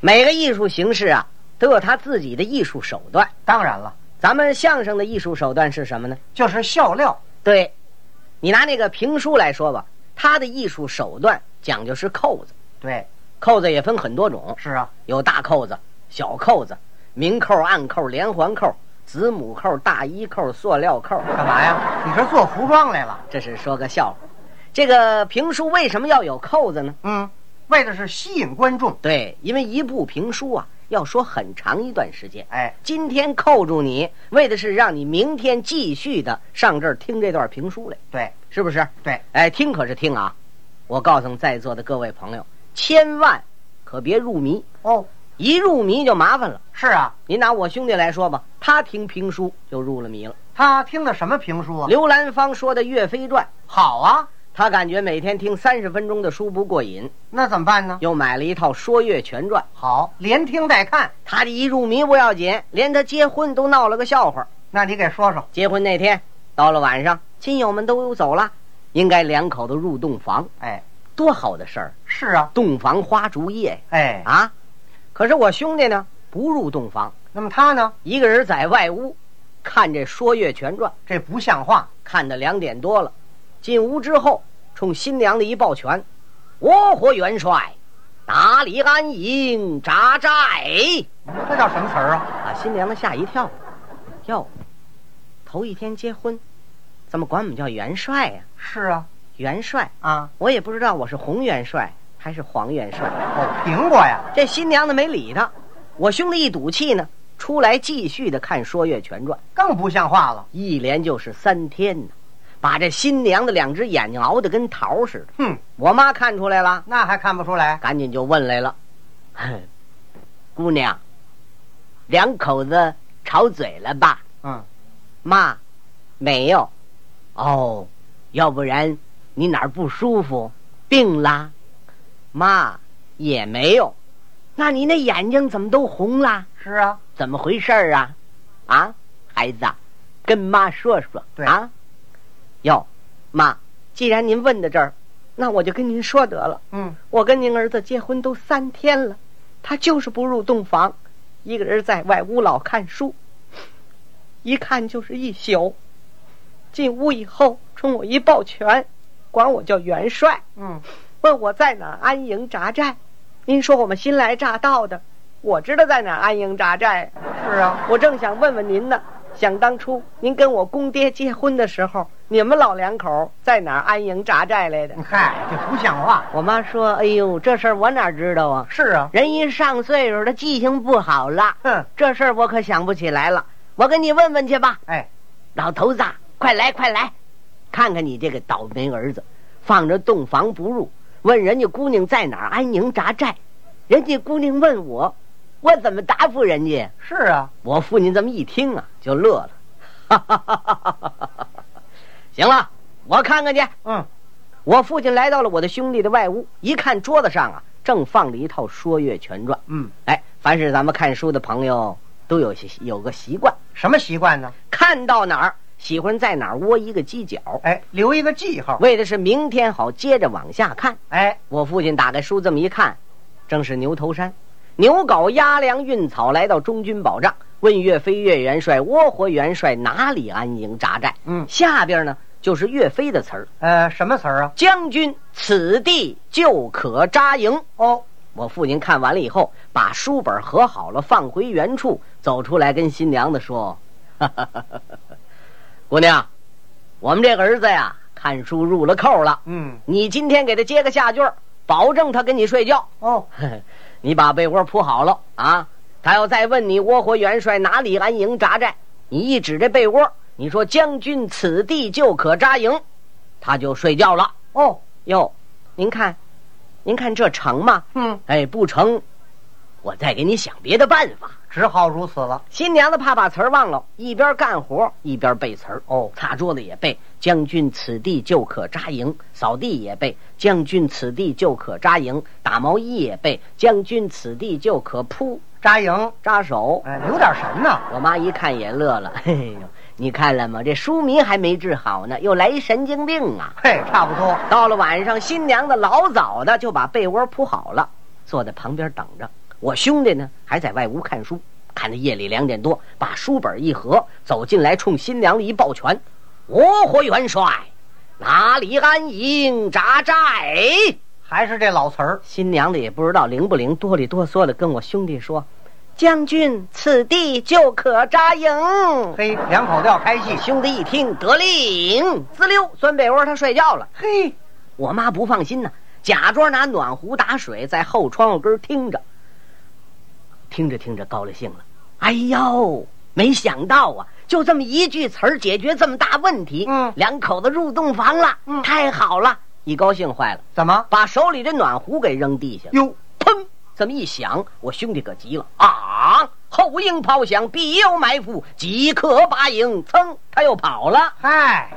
每个艺术形式啊，都有它自己的艺术手段。当然了，咱们相声的艺术手段是什么呢？就是笑料。对，你拿那个评书来说吧，它的艺术手段讲究是扣子，对，扣子也分很多种，是啊，有大扣子、小扣子、明扣、暗扣、连环扣、子母扣、大衣扣、塑料扣。干嘛呀？你这做服装来了？这是说个笑话。这个评书为什么要有扣子呢？嗯，为的是吸引观众。对，因为一部评书啊，要说很长一段时间。哎，今天扣住你，为的是让你明天继续的上这儿听这段评书来，对是不是？对，哎，听可是听啊！我告诉在座的各位朋友，千万可别入迷，哦，一入迷就麻烦了。是啊，您拿我兄弟来说吧，他听评书就入了迷了。他听的什么评书啊？刘兰芳说的《岳飞传》，好啊，他感觉每天听三十分钟的书不过瘾，那怎么办呢？又买了一套《说岳全传》。好，连听带看。他这一入迷不要紧，连他结婚都闹了个笑话。那你给说说。结婚那天，到了晚上，亲友们都走了，应该两口子入洞房，哎，多好的事儿！是啊，洞房花烛夜哎呀，啊！可是我兄弟呢，不入洞房，那么他呢？一个人在外屋看这《说岳全传》，这不像话。看到两点多了，进屋之后冲新娘的一抱拳：“我和元帅，哪里安营扎寨？”这叫什么词儿啊？把新娘子吓一跳，哟，头一天结婚，怎么管我们叫元帅呀、是啊，元帅，啊，我也不知道我是红元帅还是黄元帅。哦，苹果呀，这新娘子没理他，我兄弟一赌气呢，出来继续的看《说岳全传》，更不像话了。一连就是三天呢，把这新娘子两只眼睛熬得跟桃似的。哼，我妈看出来了，那还看不出来？赶紧就问来了，哼姑娘，两口子吵嘴了吧？嗯，妈，没有。哦，要不然你哪儿不舒服，病啦？妈，也没有。那你那眼睛怎么都红啦？是啊，怎么回事儿啊？啊，孩子啊，跟妈说说对啊。哟，妈，既然您问到这儿，那我就跟您说得了。嗯，我跟您儿子结婚都三天了，他就是不入洞房，一个人在外屋老看书，一看就是一宿。进屋以后冲我一抱拳，管我叫元帅，嗯，问我在哪儿安营扎寨。您说我们新来乍到的，我知道在哪儿安营扎寨。是啊，我正想问问您呢，想当初您跟我公爹结婚的时候，你们老两口在哪儿安营扎寨来的？嗨，这不像话。我妈说：“哎呦，这事儿我哪知道啊？是啊，人一上岁数，他记性不好了。哼，这事儿我可想不起来了。我跟你问问去吧，哎，老头子啊，快来快来，看看你这个倒霉儿子，放着洞房不入，问人家姑娘在哪儿安营扎寨，人家姑娘问我，我怎么答复人家？是啊，我父亲这么一听啊，就乐了，哈哈哈哈哈哈！ 行了，我看看去。”嗯，我父亲来到了我的兄弟的外屋，一看桌子上啊，正放着一套《说岳全传》。嗯，哎，凡是咱们看书的朋友，都有些有个习惯，什么习惯呢？看到哪儿喜欢在哪儿窝一个犄角，哎，留一个记号。为的是明天好接着往下看。哎，我父亲打开书这么一看，正是牛头山，牛皋押粮运草来到中军保障，问岳飞岳元帅、窝活元帅哪里安营扎寨。嗯，下边呢就是岳飞的词儿。呃，什么词儿啊？将军，此地就可扎营。哦，我父亲看完了以后，把书本合好了，放回原处，走出来跟新娘子说：“姑娘，我们这个儿子呀，看书入了扣了。嗯，你今天给他接个下句儿，保证他跟你睡觉。 哦，你把被窝铺好了啊！他要再问你窝火元帅哪里安营扎寨，你一指这被窝，你说将军此地就可扎营，他就睡觉了。”哦，哟，您看，您看这成吗？嗯，哎，不成，我再给你想别的办法。只好如此了。新娘子怕把词儿忘了，一边干活一边背词儿。哦，擦桌子也背“将军此地就可扎营”，扫地也背“将军此地就可扎营”，打毛衣也背“将军此地就可扑扎营，扎手”。哎，留点神呢。我妈一看也乐了，嘿呦，你看了吗？这书迷还没治好呢，又来一神经病啊！嘿，差不多。到了晚上，新娘子老早的就把被窝铺好了，坐在旁边等着。我兄弟呢还在外屋看书，看到夜里两点多，把书本一合，走进来，冲新娘子一抱拳：“我回元帅，哪里安营扎寨？”还是这老词儿，新娘子也不知道灵不灵，哆里哆嗦的跟我兄弟说：“将军，此地就可扎营。”嘿，两口子要开戏，兄弟一听得令，滋溜钻被窝，他睡觉了。嘿，我妈不放心呢，假装拿暖壶打水，在后窗户根儿听着。听着听着高了兴了，哎呦，没想到啊，就这么一句词儿解决这么大问题。嗯两口子入洞房了，嗯太好了！一高兴坏了，怎么？把手里这暖壶给扔地下了，哟，砰！这么一响，我兄弟可急了啊！后应炮响，必有埋伏，即刻拔营。噌，他又跑了。嗨，